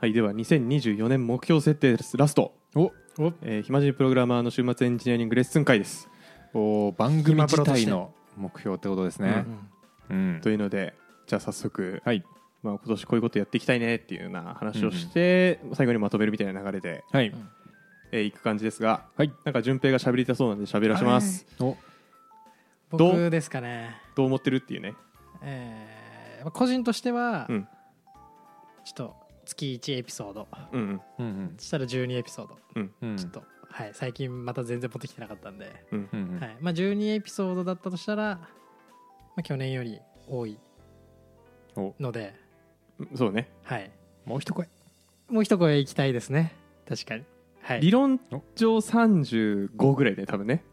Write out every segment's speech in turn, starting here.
はい、では2024年目標設定ですラスト、おおえー、暇人プログラマーの週末エンジニアリングレッスン会です、お番組自体の目標ってことですね、うんというのでじゃあ早速、はいまあ、今年こういうことやっていきたいねっていうような話をして、最後にまとめるみたいな流れで、はいえー、いく感じですが、はいなんか順平が喋りたそうなんで喋らせます、おどう僕ですかね、どう思ってるっていうねえーまあ個人としては、うんちょっと月1エピソードうんうんうんうんそしたら12エピソード、うんちょっと、はい、最近また全然持ってきてなかったんで、うんうんはいまあ、12エピソードだったとしたら、まあ、去年より多いおので、そうね、はい、もう一声もう一声いきたいですね確かに、はい、理論上35ぐらいで多分ね、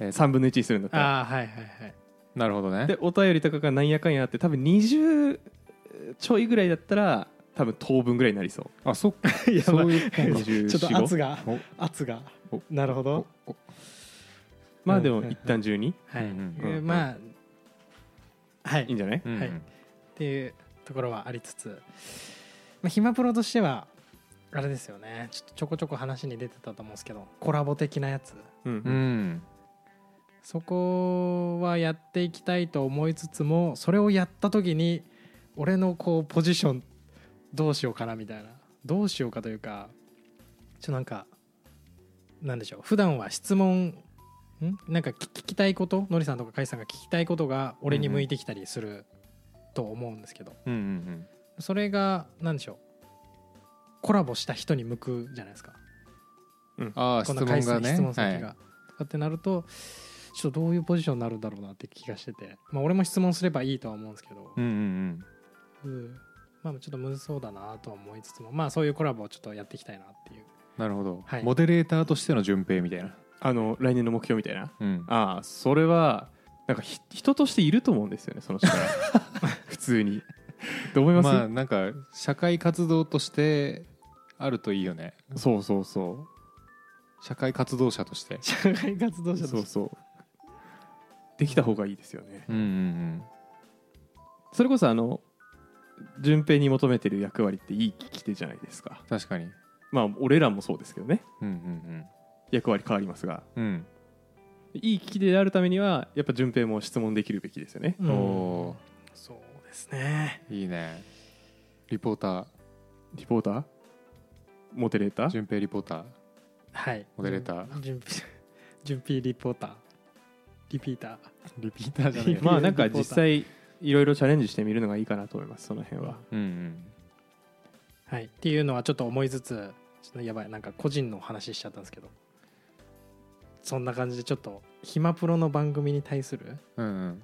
えー、3分の1にするんだったらああはいはいはいなるほどねでお便りとかがなんやかんやあって多分20ちょいぐらいだったら多分当分ぐらいになりそうあそっかいやそう いうことか25ちょっと圧がお圧がおなるほどおおまあでうもん一旦12はい、うんうんうんまあはいいいんじゃないうんうんはいっていうところはありつつ、まあ、暇プロとしてはあれですよねちょっとちょこちょこ話に出てたと思うんですけどコラボ的なやつううんんそこはやっていきたいと思いつつもそれをやった時に俺のこうポジションどうしようかなみたいなどうしようかというかちょっとなんかなんでしょう普段は質問んなんか聞聞きたいことのりさんとかかいさんが聞きたいことが俺に向いてきたりすると思うんですけど、うんうんそれがなんでしょうコラボした人に向くじゃないですかああ質こん問な回数がね質問先はが。とかってなるとちょっとどういうポジションになるんだろうなって気がしてて、まあ、俺も質問すればいいとは思うんですけどい、うんうんうんまあ、ちょっとむずそうだなとは思いつつも、まあ、そういうコラボをちょっとやっていきたいなっていう うんなるほどはいモデレーターとしての順平みたいなあの来年の目標みたいなうんああそれはなんかひ人としていると思うんですよねその 力普通にどう思います、まあなんか社会活動としてあるといいよねそうそうそ社会活動者として社会活動う者そとうしてそうできた方がいいですよねうんうんそれこそあの順平に求めてる役割っていい聞き手じゃないですかうん確かにまあ俺らもそうですけどねうんうん役割変わりますがうんうんいい聞き手であるためにはやっぱ順平も質問できるべきですよねうんおそうですねいいねリポータリポーターモデレーターー順平リポーターはいモデレーター準備準備リポーターリピーターリピーターじゃゃないな いまあなんかリポーター実際いろいろチャレンジしてみるのがいいかなと思いますその辺はうんうんはい、っていうのはちょっと思いつつちょっとやばいなんか個人の話しちゃったんですけどそんな感じでちょっと「ひまプロ」の番組に対するうんうん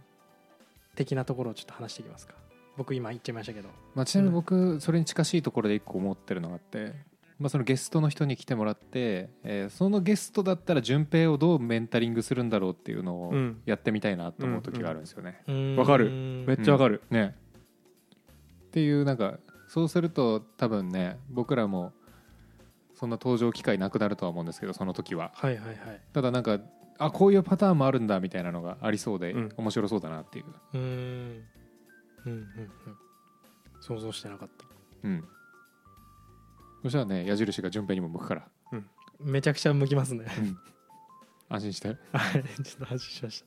的なところをちょっと話していきますか僕今言っちゃいましたけどまあ、ちなみに僕それに近しいところで一個思ってるのがあって、まあ、そのゲストの人に来てもらって、えーそのゲストだったら順平をどうメンタリングするんだろうっていうのをうんやってみたいなと思う時があるんですよね。わかるめるっちゃわかるねっていうなんかそうすると多分ね僕らもそんな登場機会なくなるとは思うんですけどその時ははいはいはいただなんかあこういうパターンもあるんだみたいなのがありそうで、うん面白そうだなっていう、うーんうんうんうん想像してなかったうん、そしたらね矢印が順平にも向くからめちゃくちゃ向きますね 安心してはいちょっと話しまし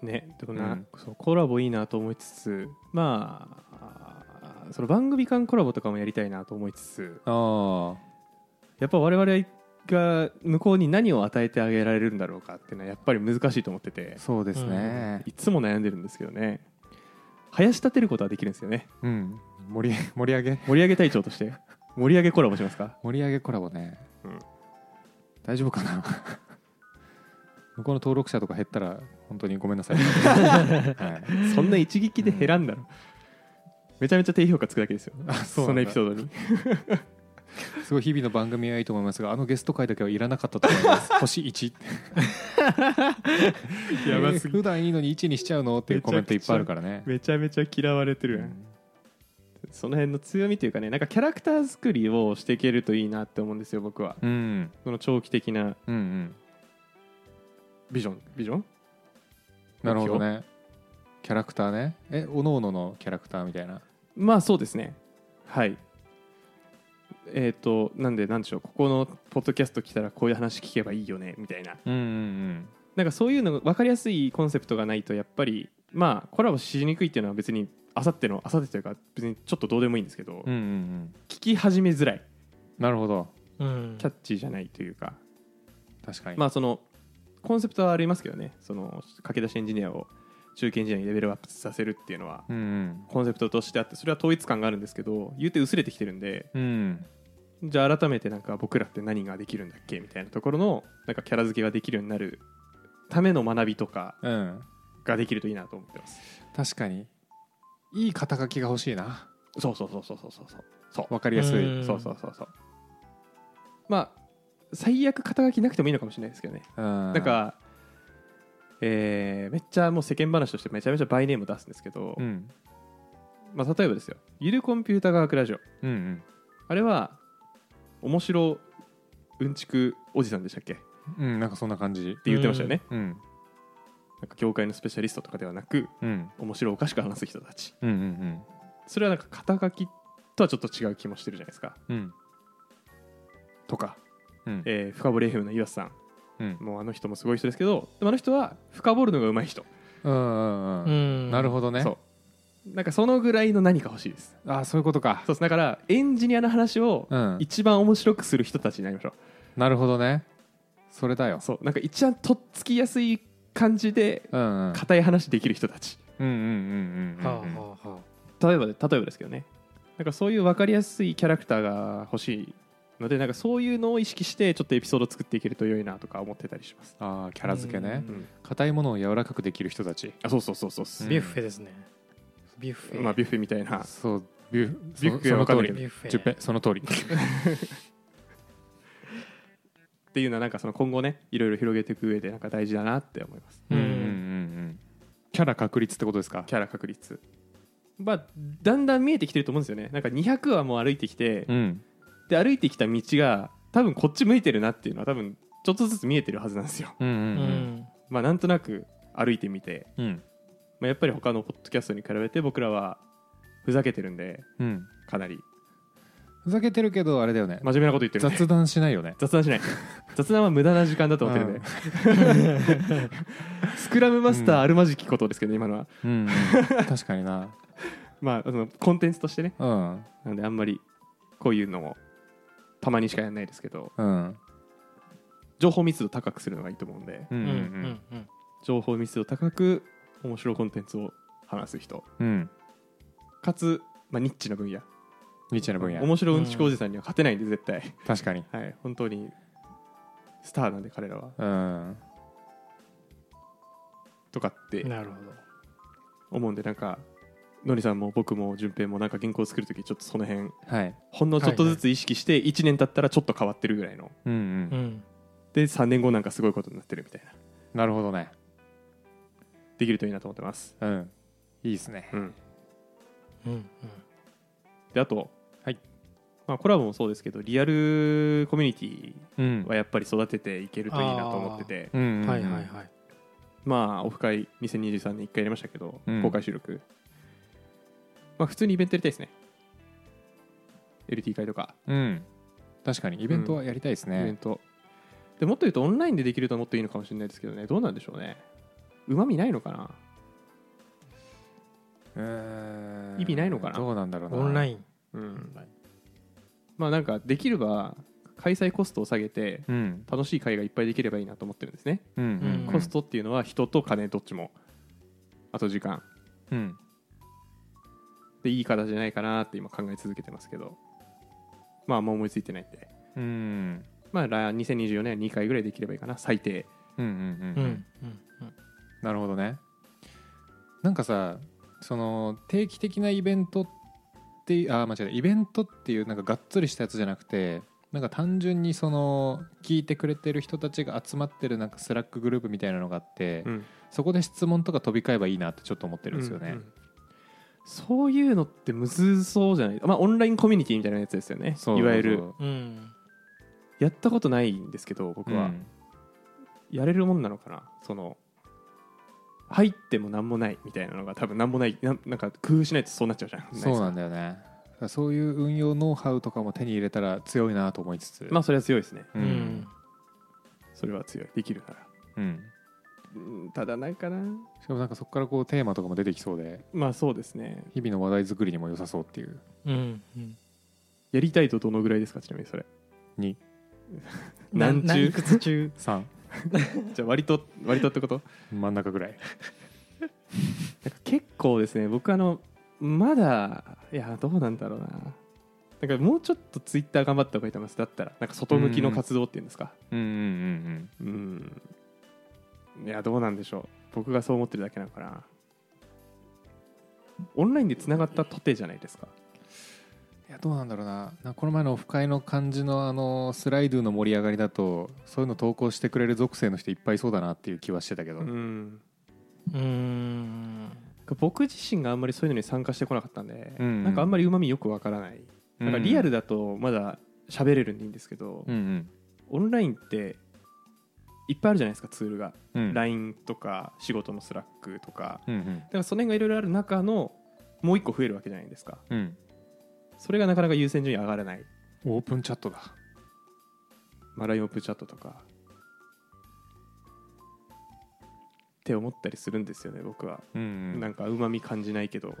たねでもな、うんそうコラボいいなと思いつつまああーその番組間コラボとかもやりたいなと思いつつああやっぱ我々が向こうに何を与えてあげられるんだろうかっていうのはやっぱり難しいと思っててそうですねいつも悩んでるんですけどね林立てることはできるんですよねうん、盛り盛り上げ盛り上げ隊長として盛り上げコラボしますか盛り上げコラボね、うん大丈夫か な向こうの登録者とか減ったら本当にごめんな さい、はい、そんな一撃で減らんだろ、めちゃめちゃ低評価つくだけですよそなのんだエピソードにすごい日々の番組はいいと思いますがあのゲスト回だけはいらなかったと思い ます星1やばすぎ普段いいのに1にしちゃうのっていうコメントいっぱいあるからねめちゃめちゃ嫌われてるやん、その辺の強みというかねなんかキャラクター作りをしていけるといいなって思うんですよ僕はうんうんその長期的なうんうんビジョンビジョンなるほどねキャラクターねえおのおののキャラクターみたいなまあそうですねはいえっ、となんでなんでしょうここのポッドキャスト来たらこういう話聞けばいいよねみたいなうんうんなんかそういうのが分かりやすいコンセプトがないとやっぱりまあコラボしにくいっていうのは別にあさってのあさってというか別にちょっとどうでもいいんですけど、うんうんうんうん聞き始めづらいなるほどうんキャッチーじゃないというか、確かに、まあそのコンセプトはありますけどねその駆け出しエンジニアを中堅エンジニアにレベルアップさせるっていうのはうんうんコンセプトとしてあってそれは統一感があるんですけど言うて薄れてきてるんでうんじゃあ改めてなんか僕らって何ができるんだっけみたいなところのなんかキャラ付けができるようになるための学びとかうんができるといいなと思ってます確かにいい肩書きが欲しいなそうそうそうそうそうそうそうそうわかりやすうい、んそうそうそうそうまあ最悪肩書きなくてもいいのかもしれないですけどねうん、なんか、えーめっちゃもう世間話としてめちゃめちゃバイネーム出すんですけど、うんまあ、例えばですよ「ゆるコンピュータ科学ラジオうんうん」あれは面白うんちくおじさんでしたっけってうんなんかそんな感じ言ってましたよね、うんなんか業界のスペシャリストとかではなくうん面白おかしく話す人たちうんうんそれはなんか肩書きとはちょっと違う気もしてるじゃないですかうんうんとか、うんえー深掘り FM の岩瀬さんうんもうあの人もすごい人ですけどでもあの人は深掘るのが上手い人、うんうんうんんなるほどねそうなんかそのぐらいの何か欲しいですあそういうことかそうですだからエンジニアの話をうん一番面白くする人たちになりましょう、なるほどねそれだよそうなんか一番とっつきやすい感じでうんうん硬い話できる人たちうんうんうんうんうんうんはあはあは例えばで例えばですけどねなんかそういう分かりやすいキャラクターが欲しいのでなんかそういうのを意識してちょっとエピソード作っていけると良いなとか思ってたりします、あーキャラ付けねうん硬いものを柔らかくできる人たちあそうそうそうそうっす、あうんビュッフェですねビュッフェまあビュッフェみたいなそうビュビュッフェそはそのわかん通ないけりどビュッフェ十ペその通りっていうのはなんかその今後ねいろいろ広げていく上でなんか大事だなって思いますうんうんうんうんキャラ確立ってことですかキャラ確率まあだんだん見えてきてると思うんですよねなんか200はもう歩いてきて、うんで歩いてきた道が多分こっち向いてるなっていうのは多分ちょっとずつ見えてるはずなんですようんううんんまあなんとなく歩いてみて、うんうんまあ、やっぱり他のポッドキャストに比べて僕らはふざけてるんでうんかなりふざけてるけどあれだよね真面目なこと言ってるんで雑談しないよね雑談しない 雑談は無駄な時間だと思ってるんで、 スクラムマスターあるまじきことですけど、ね、今のはうんうん確かになまあそのコンテンツとしてねうんなんであんまりこういうのもたまにしかやんないですけどうん情報密度高くするのがいいと思うんでうんううんうんんうん情報密度高く面白いコンテンツを話す人うんうんかつ、まあ、ニッチな分野未知の分野面白うんちくおじさんには勝てないんで絶対、確かにはい本当にスターなんで彼らはうんとかってなるほど思うんでなんかのりさんも僕も順平もなんか原稿を作る時ちょっとその辺はいほんのちょっとずつ意識して1年経ったらちょっと変わってるぐらいのうんううんんで3年後なんかすごいことになってるみたいななるほどねできるといいなと思ってますうんいいですねうんうんうんであと、はいまあ、コラボもそうですけどリアルコミュニうんティはやっぱり育てていけるといいなと思っててうんうんうんはいはいはいまあオフ会2023年1回やりましたけど、うん公開収録まあ普通にイベントやりたいですね LT 会とかうん確かにイベントはやりたいですイベンねト、でもっと言うとオンラインでできるともっといいのかもしれないですけどねどうなんでしょうねうまみないのかなうーん意味ないのかなどうなんだろうなオンランインうんまあなんかできれば開催コストを下げてうん楽しい会がいっぱいできればいいなと思ってるんですねうんうんうんコストっていうのは人と金どっちもあと時間うんでいい形じゃないかなって今考え続けてますけどまああんま思いついてないんでうんまあ来2024年は2回ぐらいできればいいかな最低うんうんううんうんんうんうんなるほどねなんかさその定期的なイベントっていうあ間違えたイベントっていうなんかがっつりしたやつじゃなくてなんか単純にその聞いてくれてる人たちが集まってるなんかスラックグループみたいなのがあって、うんそこで質問とか飛び交えばいいなってちょっと思ってるんですよね、うんうんそういうのってむずそうじゃないまあオンラインコミュニティみたいなやつですよねそういわゆるうんやったことないんですけど僕僕は、は、やれるもんなのかなその入ってもなんもないみたいなのが多分なんもないなんなんか工夫しないとそうなっちゃうじゃんそうなんだだよねらそういう運用ノウハウとかも手に入れたら強いなと思いつつまあそれは強いですねううんんそれは強いできるならうん、うんただなんかなしかもなんかそこからこうテーマとかも出てきそうでまあそうですね日々の話題作りにも良さそうっていううんうんやりたいとどのぐらいですかちなみにそれ2な何何中いくつ中3じゃあ割と割とってこと真ん中ぐらい結構ですね僕あのまだいやどうなんだろうななんかもうちょっとツイッター頑張った方がいいと思いますだったらなんか外向きの活動っていうんですかうんうんうんうんいやどうなんでしょう僕がそう思ってるだけなのかなオンラインでつながったとてじゃないですかいやどうなんだろうななんかこの前のオフ会の感じのあのスライドゥの盛り上がりだとそういうの投稿してくれる属性の人いっぱいいそうだなっていう気はしてたけど、うんうん僕自身があんまりそういうのに参加してこなかったんで、うんうんなんかあんまりうまみよくわからない、なんかリアルだだとまだ喋れるんでいいんですけど、うんオンラインっていっぱいあるじゃないですかツールが、うんうん LINE とか仕事のスラックとかうんうんだからその辺がいろいろある中のもう一個増えるわけじゃないですかうんそれがなかなか優先順位上がらないオープンチャットだまあ、LINE オープンチャットとかって思ったりするんですよね僕は、うんうんなんかうまみ感じないけど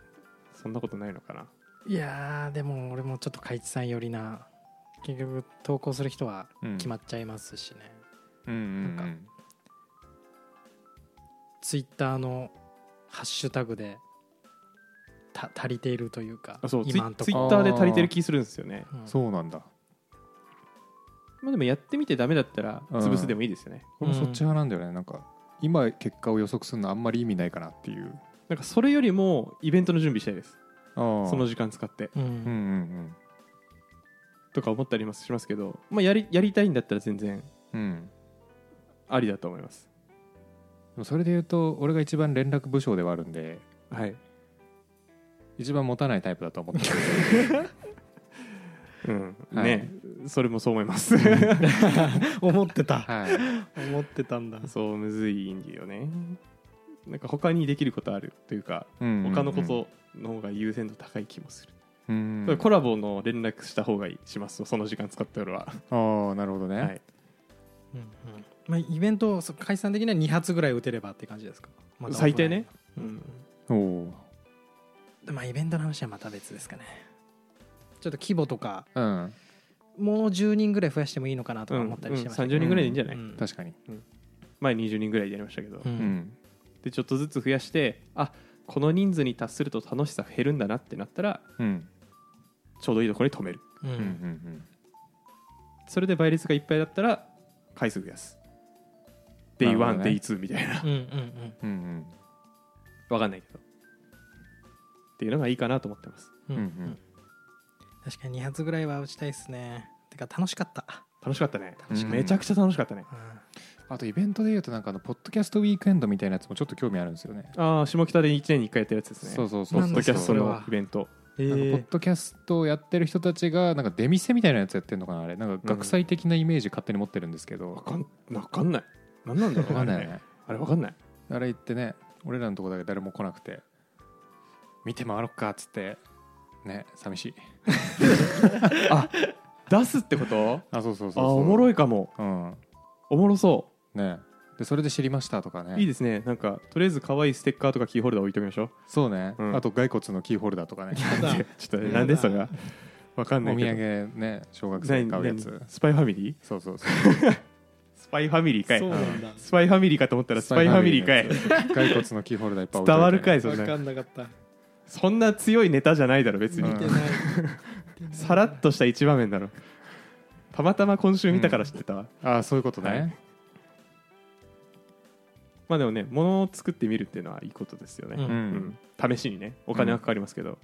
そんなことないのかないやーでも俺もちょっと海地さん寄りな結局投稿する人はうん決まっちゃいますしね、うんうんなうんんツイッターのハッシュタグでた足りているというかあそうツイツイ今んとこッターで足りてる気するんですよねうんそうなんだまあ、でもやってみてダメだったら潰すでもいいですよね、俺もそっち派なんだよね、なんか今結果を予測するのあんまり意味ないかなっていうなんかそれよりもイベントの準備したいですそその時間使ってうんうんうんとか思ったりもしますけど、まあ、やりやりたいんだったら全然うんうんありだと思いますでもそれで言うと俺が一番連絡部署ではあるんではい、一番持たないタイプだと思ってる うんはいねそれもそう思います 思ってたはい思ってたんだそうむずいんだよねなんか他にできることあるというか他他のことの方が優先度高い気もする、うんだからコラボの連絡した方がいいしますその時間使ったよりは、ああなるほどね、はい、うんうんまあ、イベントそう解散的には2発ぐらい打てればって感じですか、まだ最低ね、オフライン、おおうんまあ、イベントの話はまた別ですかねちょっと規模とかうんもう10人ぐらい増やしてもいいのかなとか思ったりしてましたうんけど、 30人ぐらいでいいんじゃない、うん確かに前20人ぐらいでやりましたけど、うんうんでちょっとずつ増やしてあこの人数に達すると楽しさ減るんだなってなったらうんちょうどいいところに止めるうんうんうんうんそれで倍率がいっぱいだったら回数増やす Day1、なるほどね Day2 みたいなうんうんうんうんわかんないけどっていうのがいいかなと思ってますうんうんうん確かに2発ぐらいは打ちたいですねてか楽しかった、楽しかったね楽しかっためちゃくちゃ楽しかったねうあとイベントで言うとなんかあのポッドキャストウィークエンドみたいなやつもちょっと興味あるんですよねああ下北で1年に1回やってるやつですねそうそうポそうッドキャストなんのだイベントんなんかポッドキャストをやってる人たちがなんか出店みたいなやつやってるのかなあれなんか学祭的なイメージ勝手に持ってるんですけど、わかんわかんない何なんだろうわかんないあれよねねあれわかんないあれ行ってね俺らのとこだけ誰も来なくて見て回ろっかっつってね寂しい出すってことあそうそうそうそうあおもろいいかもうんおもろそねでそれで知りましたとかう、ねいいですねなんかとりあえず可愛いステッカーとかキーホルダー置いときましょ うそうね、うんあと骸骨のキーホルダーとかねんだちょっとねなんで それがわかおん土ない産けどね小学生に買うや何つ何スパイファミリーそうそうそスパイファミリーかいそうなんだスパイファミリーかと思ったうらスパイファミリーかい骸骨のキーホルダーいっぱい置いといて伝わるかいそん分かなんなかったそんな強いネタじゃないだろ別に、う見んてないさらっとした一場面だろたまたま今週見たから知ってたわ、あそういうことね、はいまあでもね物を作ってみるっていうのはいいことですよね、うんうん、試しにねお金はかかりますけど、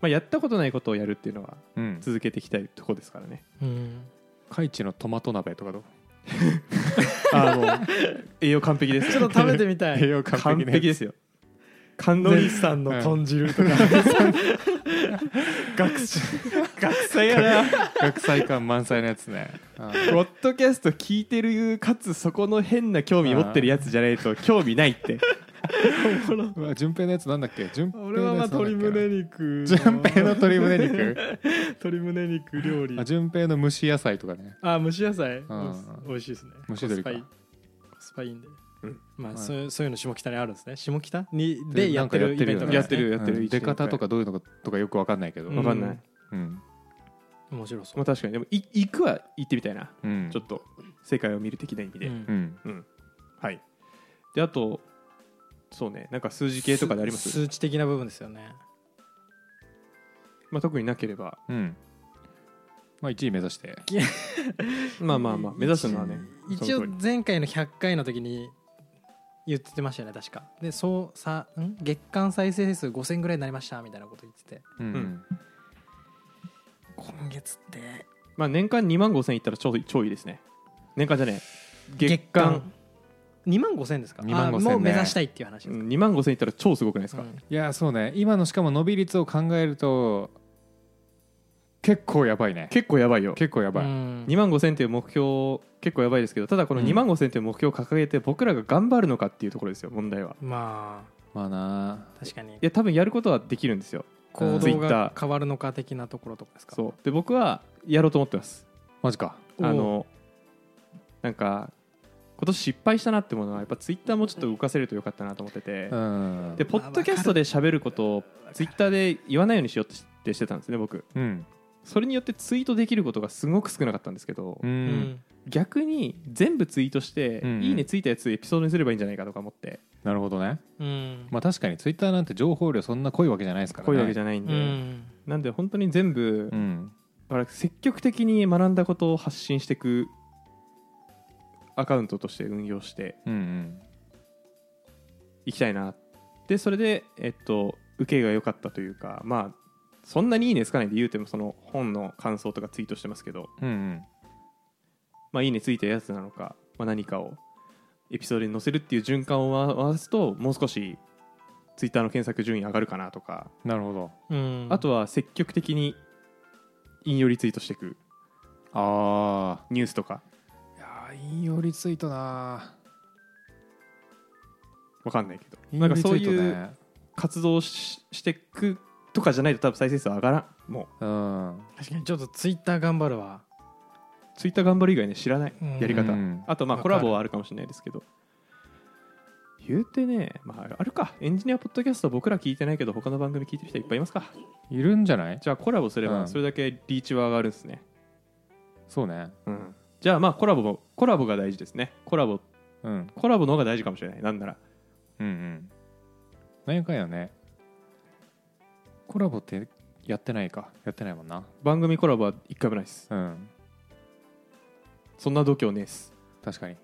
まあ、やったことないことをやるっていうのはうん続けていきたいとこですからねうんカイチのトマト鍋とかどう あもう栄養完璧です ちょっと食べてみたい栄養完完璧ね璧ですよ甘ノ露リにさんうのん豚汁とか学習学生やな学祭感満載のやつねあポッドキャスト聞いてるかつそこの変な興味持ってるやつじゃないと興味ないってうわ順平のやつなんだっけ順平俺のはまやあつなんだっけ鶏な胸肉順平の鶏胸肉鶏胸肉料理あ順平の蒸し野菜とかねあ蒸し野菜ん美味しいですね蒸し鶏コスパかいいコスパいいんで、うんまあ、はいそういうそういうの下北にあるんですね下北にででやってるイベントながやっあるんでんかすてねるやってうるん出方とかどういうのかとかよくわかんないけ どう分かんなういんうん面白そうまあ確かにでもい行くは行ってみたいなうんちょっと世界を見る的な意味で、うんうんはいであとそうねなんか数字系とかであります数値的な部分ですよねまあ、特になければうんまあ1位目指してまあまあまあ目指すのはね一そ応の通り前回の100回の時に言ってましたよね確かでそうさん月間再生数5000ぐらいになりましたみたいなこと言っててうんうん今月ってまあ年間2万5000いったら超超いいですね年間じゃねえ月間2万5000ですか2万あ5000ねもう目指したいっていう話ですうん2万5000いったら超すごくないですか、か、うんいやーそうね今のしかも伸び率を考えると結構やばいね結構やばいよ結構やばい、うん2万5000っていう目標結構やばいですけどただこのうん2万5000っていう目標を掲げて僕らが頑張るのかっていうところですよ問題はままあなあ確かにいや多分やることはできるんですよ行動 Twitter が変わるのか的なところとかですかそうで僕はやろうと思ってますマジかおうあのなんか今年失敗したなってものはやっぱツイッターもちょっと動かせるとよかったなと思ってて、うんでポッドキャストで喋ることをツイッターで言わないようにしようとしってしてたんですね僕うんそれによってツイートできることがすごく少なかったんですけど、ううんん逆に全部ツイートして、うんうんいいねついたやつエピソードにすればいいんじゃないかとか思ってなるほどねうんまあ確かにツイッターなんて情報量そんな濃いわけじゃないですからねこういうわけじゃゃないんで、うんなんで本当に全部、うんだから積極的に学んだことを発信していくアカウントとして運用してうんうんいきたいなでそれでえっと受けが良かったというかまあそんなにいいねつかないで言うてもその本の感想とかツイートしてますけどうんうんまあいいねついたやつなのか、まあ、何かをエピソードに載せるっていう循環を回回すともう少しツイッターの検索順位上がるかなとか、なるほどうんあとは積極的に引用リツイートしていくあニュースとかあいやー引用リツイートなわかんないけどーなんかそう引用リツイいーうトね活動をししていくとかじゃないと多分再生数は上がらんもうん確かにちょっとツイッター頑張るわうツイッター頑張る以外ね知らないうんやり方うんあとまあわコかるラボはあるかもしれないですけど言うてね、まあ、あるかエンジニアポッドキャストは僕ら聞いてないけど他の番組聞いてる人いっぱいいますかいるんじゃないじゃあコラボすれうばんそれだけリーチは上がるんですね、そうねうんじゃあまあコラボもコラボが大事ですねコラボうんコラボの方が大事かもしれないなんならうんうん何やかんやねコラボってやってないかやってないもんな番組コラボは一回もないですうんそんな度胸ねえっす確かに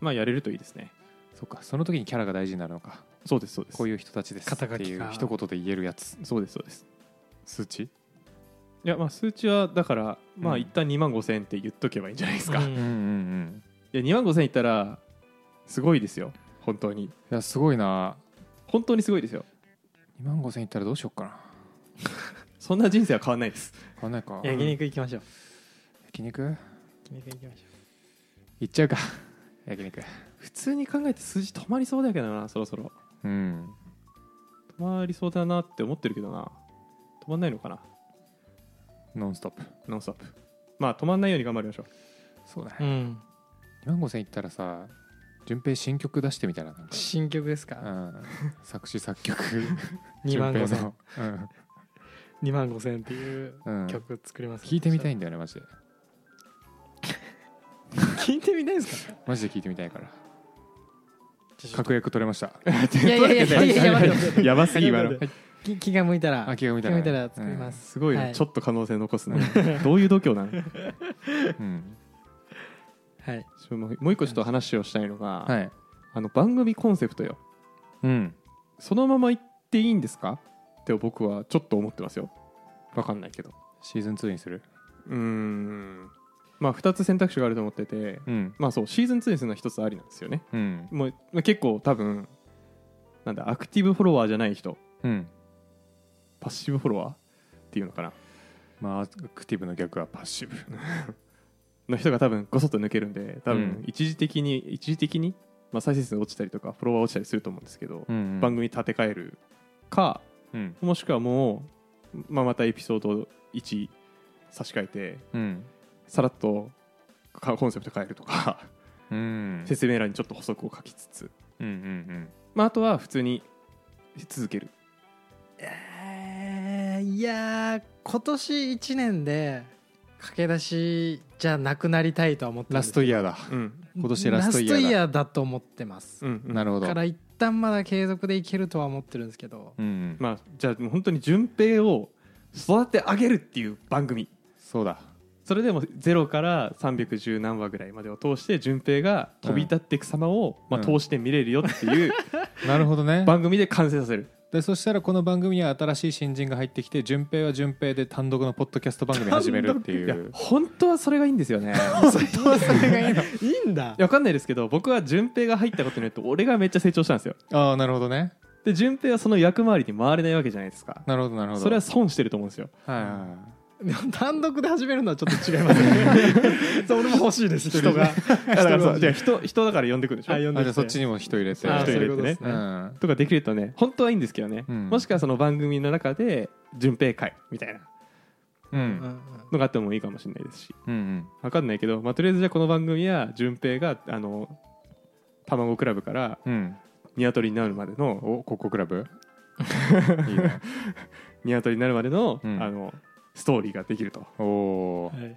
まあやれるといいですねそっかその時にキャラが大事になるのかそうですそうですこういう人たちですって肩書きいがう一言で言えるやつそうですそうです数値いやまあ数値はだからまうあん一旦2万5千って言っとけばいいんじゃないですか、ういんうんうんうんや2万5千いったらすごいですよ本当にいやすごいな本当にすごいですよ2万5000いったらどうしようかなそんな人生は変わんないです変わんないか焼肉行きましょう焼肉焼肉行きましょういっちゃうか 焼肉普通に考えて数字止まりそうだけどなそろそろうん止まりそうだなって思ってるけどな止まんないのかなノンストップ「ノンストップ」まあ止まんないように頑張りましょうそうだうねん2万5000いったらさ順平新曲出してみたらなんか新曲ですうかん作詞作 曲2万順平5000のうん2万5000っていううん曲作ります聞いてみたいいんだよねマジで 聞いてみたいんですかマジで聞いてみたいからちょっと確約取れま したいやいやいやいやいやいや待って待ってやばすぎ今はのいき気が向いたらあ気が向いたらね作ります、すごいね、はいちょっと可能性残すねどういう度胸なのうんはいちょもうもう一個ちょっと話をしたいのが、はいあの番組コンセプトようんそのまま行っていいんですかって僕はちょっと思ってますよわかんないけどシーズン2にするうーんまあ2つ選択肢があると思っててうんまあそうシーズン2にするのは1つありなんですよねうんもうまあ結構多分なんだアクティブフォロワーじゃない人うんパッシブフォロワーっていうのかなまあアクティブの逆はパッシブの人が多分ごそっと抜けるんで多うん分一時的に、一時的にまあ、再生数落ちたりとかフォロワー落ちたりすると思うんですけど、うんうん番組立て替えるかうんもしくはもう、まあ、またエピソード1差し替えてうんさらっとかコンセプト変えるとかうん説明欄にちょっと補足を書きつつ、うんうんまあ、あとは普通に続けるえーいやー今年1年で駆け出しじゃなくなりたいとは思ってラストイヤーだうん今年ラストイヤーだラストイヤーだと思ってます、うんうんなるほどだから一旦まだ継続でいけるとは思ってるんですけど、うんうんまあ、じゃあもう本当に順平を育て上げるっていう番組そうだそれでも0から310何話ぐらいまでを通して順平が飛び立っていく様を、まあ、うん通して見れるよって いうなるほどね番組で完成させるでそしたらこの番組には新しい新人が入ってきて順平は順平で単独のポッドキャスト番組始めるっていやう本当はそれがいいんです よねいいんだいやわかんないですけど僕は順平が入ったことによって俺がめっちゃ成長したんですよああなるほどねで順平はその役回りに回れないわけじゃないですかなるほどなるほどそれは損してると思うんですよはいはいはいでも単独で始めるのはちょっと違います ねそう俺も欲しいです人がだからそうじゃあ人人だから呼んでくるでしょあ呼んあできじゃてあそっちにも人入れてあー人入れてねそういうことうですんとかできるとね本当はいいんですけどね、うんもしくはその番組の中で順平会みたいなううんうんんのがあってもいいかもしれないですしうんうんわかんないけど、まあ、とりあえずじゃあこの番組は順平があの卵クラブからうんニワトリになるまでのおココクラブいいねニワトリになるまでの,、うんあのストーリーができるとおおはいはい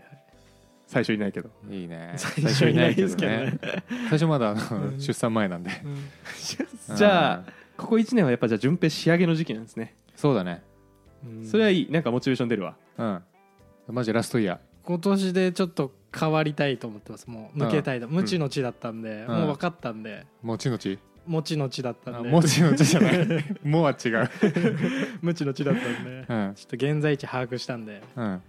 最初いないけどいいね最初いないですけどね最初まだあうのん出産前なんで じゃあここ1年はやっぱじゃあ順平仕上げの時期なんですね、そうだねそれはいいなんかモチベーション出るわうんマジラストイヤ今年でちょっと変わりたいと思ってますもう抜けたいと、無知の知だったんで、んもう分かったんでーもちのち持ちの知だったんで もちのちじゃないもは違う無知の知だったん でうんちょっと現在地把握したんで、うん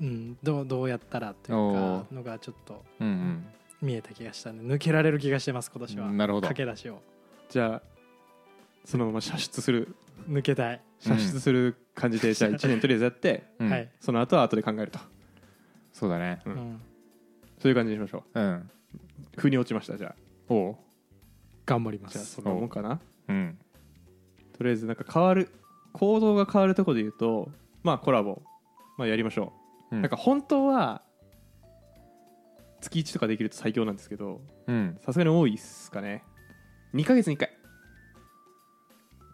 うん、どうどうやったらっていうおかーのがちょっとうん見えた気がしたんで抜けられる気がしてます今年はなるほど駆け出しをじゃあそのまま射出する抜けたい、射出する感じで、 じゃあ1年とりあえずやってうんはい、その後は後で考えるとそうだねううんん、そういう感じにしましょうんう腑に落ちましたじゃあおう頑張りまじゃあすそんなもんかなうんとりあえずなんか変わる行動が変わるところで言うとまあコラボ、まあ、やりましょう、うんなんか本当は月1とかできると最強なんですけどうんさすがに多いっすかね2ヶ月に1回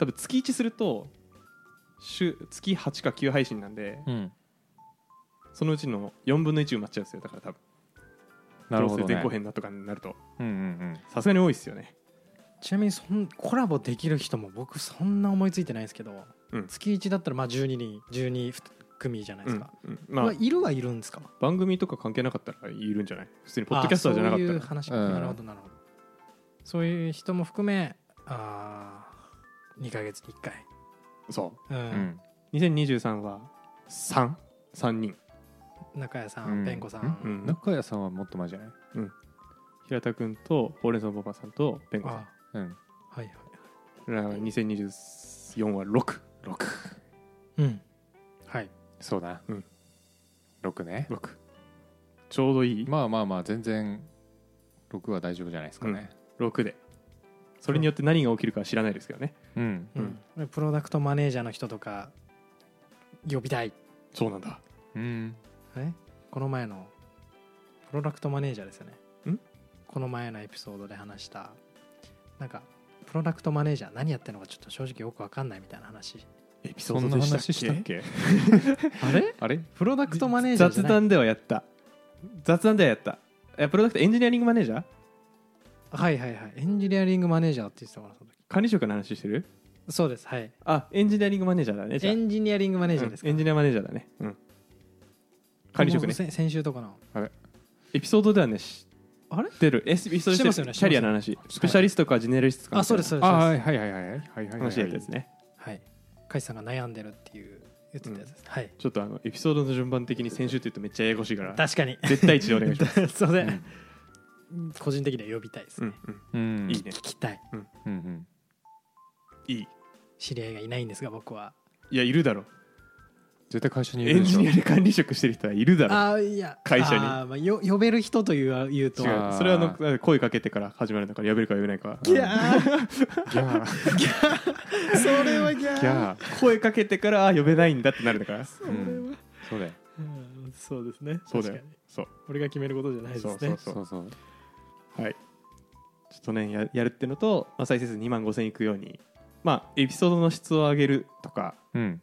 多分月1すると週月8か9配信なんでうんそのうちの4分の1埋まっちゃうんですよだから多分なるほどうせ前ね後編だとかになるとうんうんさすがに多いっすよねちなみにそんコラボできる人も僕そんな思いついてないんですけど、うん月1だったらまあ12人12組じゃないでうすんか、うんまあまあ、いるはいるんですか番組とか関係なかったらいるんじゃない普通にポッドキャスターじゃなかったあらそういう話か、うんなるほどなるほどそういう人も含めあ2ヶ月に1回、そううんん2023は33人中谷さうんん、ペンコさん、うんうん中谷さんはもっと前じゃない平田君とほうれん草パパさんとペンコさんあうんはいはい2024は66うんはいそうだうん6ね六ちょうどいいまあまあまあ全然6は大丈夫じゃないですかね6でそれによって何が起きるかは知らないですけどねうんうんプロダクトマネージャーの人とか呼びたいそうなんだうんえこの前のプロダクトマネージャーですよねんこの前のエピソードで話したなんかプロダクトマネージャー何やってるのかちょっと正直よく分かんないみたいな話エピそんな話したっけ あれあれプロダクトマネージャーじゃ雑ない談ではやった雑談ではやったえプロダクトエンジニアリングマネージャーはいはいはいエンジニアリングマネージャーって言ってたからその時管理職の話してるそうですはいあエンジニアリングマネージャーだねじゃあエンジニアリングマネージャーですうか、んエンジニアマネージャーだねうん管理職もうねせ先週とかのエピソードではねしあれ出るエピソードしてますよねキャリアの話スペシャリストかジェネラリストかみたいなあそうですそうですあそうはでいはいはいはいはいはいはい話やったやつねすはいカイさんが悩んでるっていう言ってたやつです、はいちょっとあのエピソードの順番的に先週って言うとめっちゃややこしいから確かに 絶対一でお願いしますそうで、個人的には呼びたいですうね、んうんうんいいね聞きたいうんうんいい知り合いがいないんですが僕はやいるだろ絶対会社にいエるンでしジょニアで管理職してる人はいるだろあーいや会社にあーまあ、よ呼べる人というは言うと違あうーそれはあの声かけてから始まるんだから呼べるか呼べないかはギャーギャーそれはギャーギャー声かけてからあ呼べないんだってなるんだからそれは、うんそうだようんそうですねそうだよ確かにそう俺が決めることじゃないですそねうそうそうそうはい、ちょっとねややるってのと、まあ、再生数2万5000いくように、まあ、エピソードの質を上げるとか、うん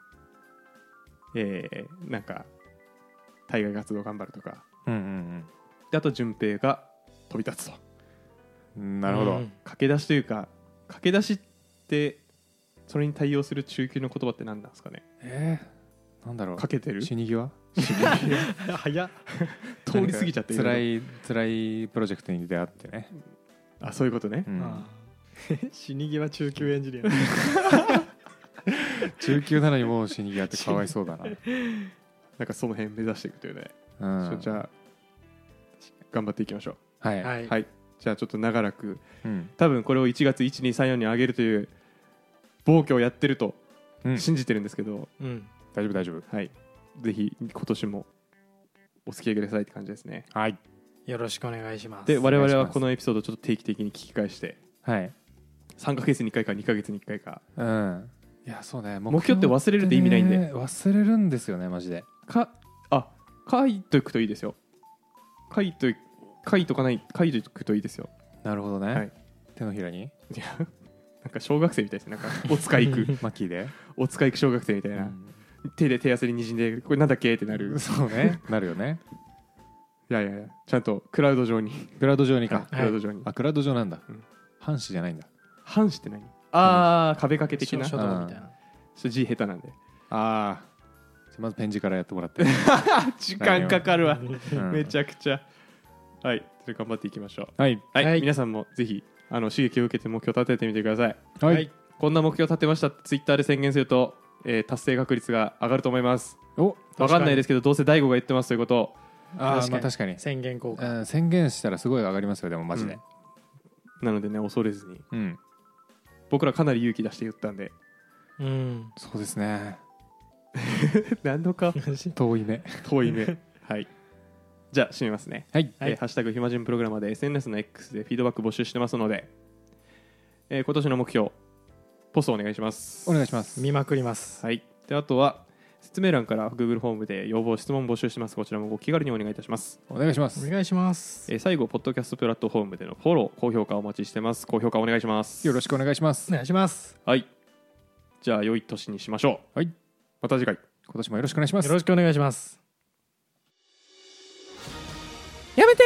えーなんか対外活動頑張るとかうんうんであと順平が飛び立つとうんなるほうどん駆け出しというか駆け出しってそれに対応する中級の言葉って何なんですかねえーなんだろうかけてる死に際早っ通り過ぎちゃって辛いい辛いプロジェクトに出会ってねあそういうことねう、んあー 死に際中級エンジニア中級なのにもう死に際ってかわいそう だなんかその辺目指していくというね、なちょじゃあ頑張っていきましょあはい、うはい、はいじゃあちょっと長らくうん多分これを1月1234に上げるという暴挙をやってるとうん信じてるんですけど、うん、大丈夫大丈夫はい、ぜひ今年もお付き合いくださいって感じですねはいよろしくお願いしますで我お願々いしまはすこのエピソードをちょっと定期的に聞き返してはい3ヶ月に1回か2ヶ月に1回かうんいやそうね目標って忘れるって意味ないんでね忘れるんですよねマジでかあ書いとくといいですよ書いとい書いとかない書いとくといいですよなるほどね、はい手のひらにいやなんか小学生みたいですねなんかお使い 行くマッキーで、お使い行く小学生みたいな、手で手汗でにじんでこれなんだっけってなる そうねなるよねいやいやいやちゃんとクラウド上にクラウド上にか、クラウド上にあクラウド上なんだ、うん半紙じゃないんだ反して何ああ壁掛け的な書ち書ょっ道みたいなと字下手なんでああまずペン字からやってもら って、あ時間かかるわうんめちゃくちゃはいそれ頑張っていきましょうはいはい、はい皆さんもぜひあの刺激を受けて目標立ててみてくださいはい、こんな目標立てましたってツイッターで宣言すると、えー達成確率が上がると思いますおわかんないですけどどうせ大悟が言ってますということをあ確かにーまあ確かに、宣言効う果ん、宣言したらすごい上がりますよでもマジでなのでね恐れずにうん、僕らかなり勇気出して言ったん でうん そうですね何度か遠い目遠い目はいじゃあ締めますねはいはいえーハッシュタグ暇人プログラマーで SNS の X でフィードバック募集してますので、えー今年の目標ポストお願いしますお願いします見まくりますはいであとは説明欄から Google フォームで要望質問募集してますこちらもお気軽にお願いいたします、お願いしまおす願いしますえー最後ポッドキャストプラットフォームでのフォロー高評価お待ちしてます高評価お願いしますよろしくお願いしますお願いしますはいじゃあ良い年にしましょうはいまた次回今年もよろしくお願いしますよろしくお願いしますやめて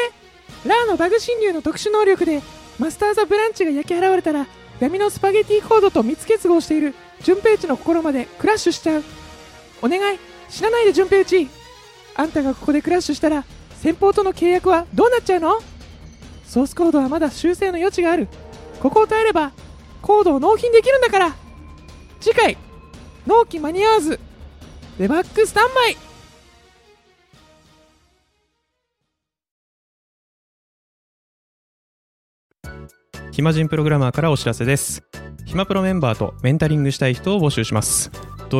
ラーのバグ侵入の特殊能力でマスター・ザ・ブランチが焼き払われたら闇のスパゲティコードと密結合している順平地の心までクラッシュしちゃうお願い死なないで順平地あんたがここでクラッシュしたら先方との契約はどうなっちゃうのソースコードはまだ修正の余地があるここを耐えればコードを納品できるんだから次回納期間に合わずデバッグスタンバイ暇人プログラマーからお知らせです暇プロメンバーとメンタリングしたい人を募集しますど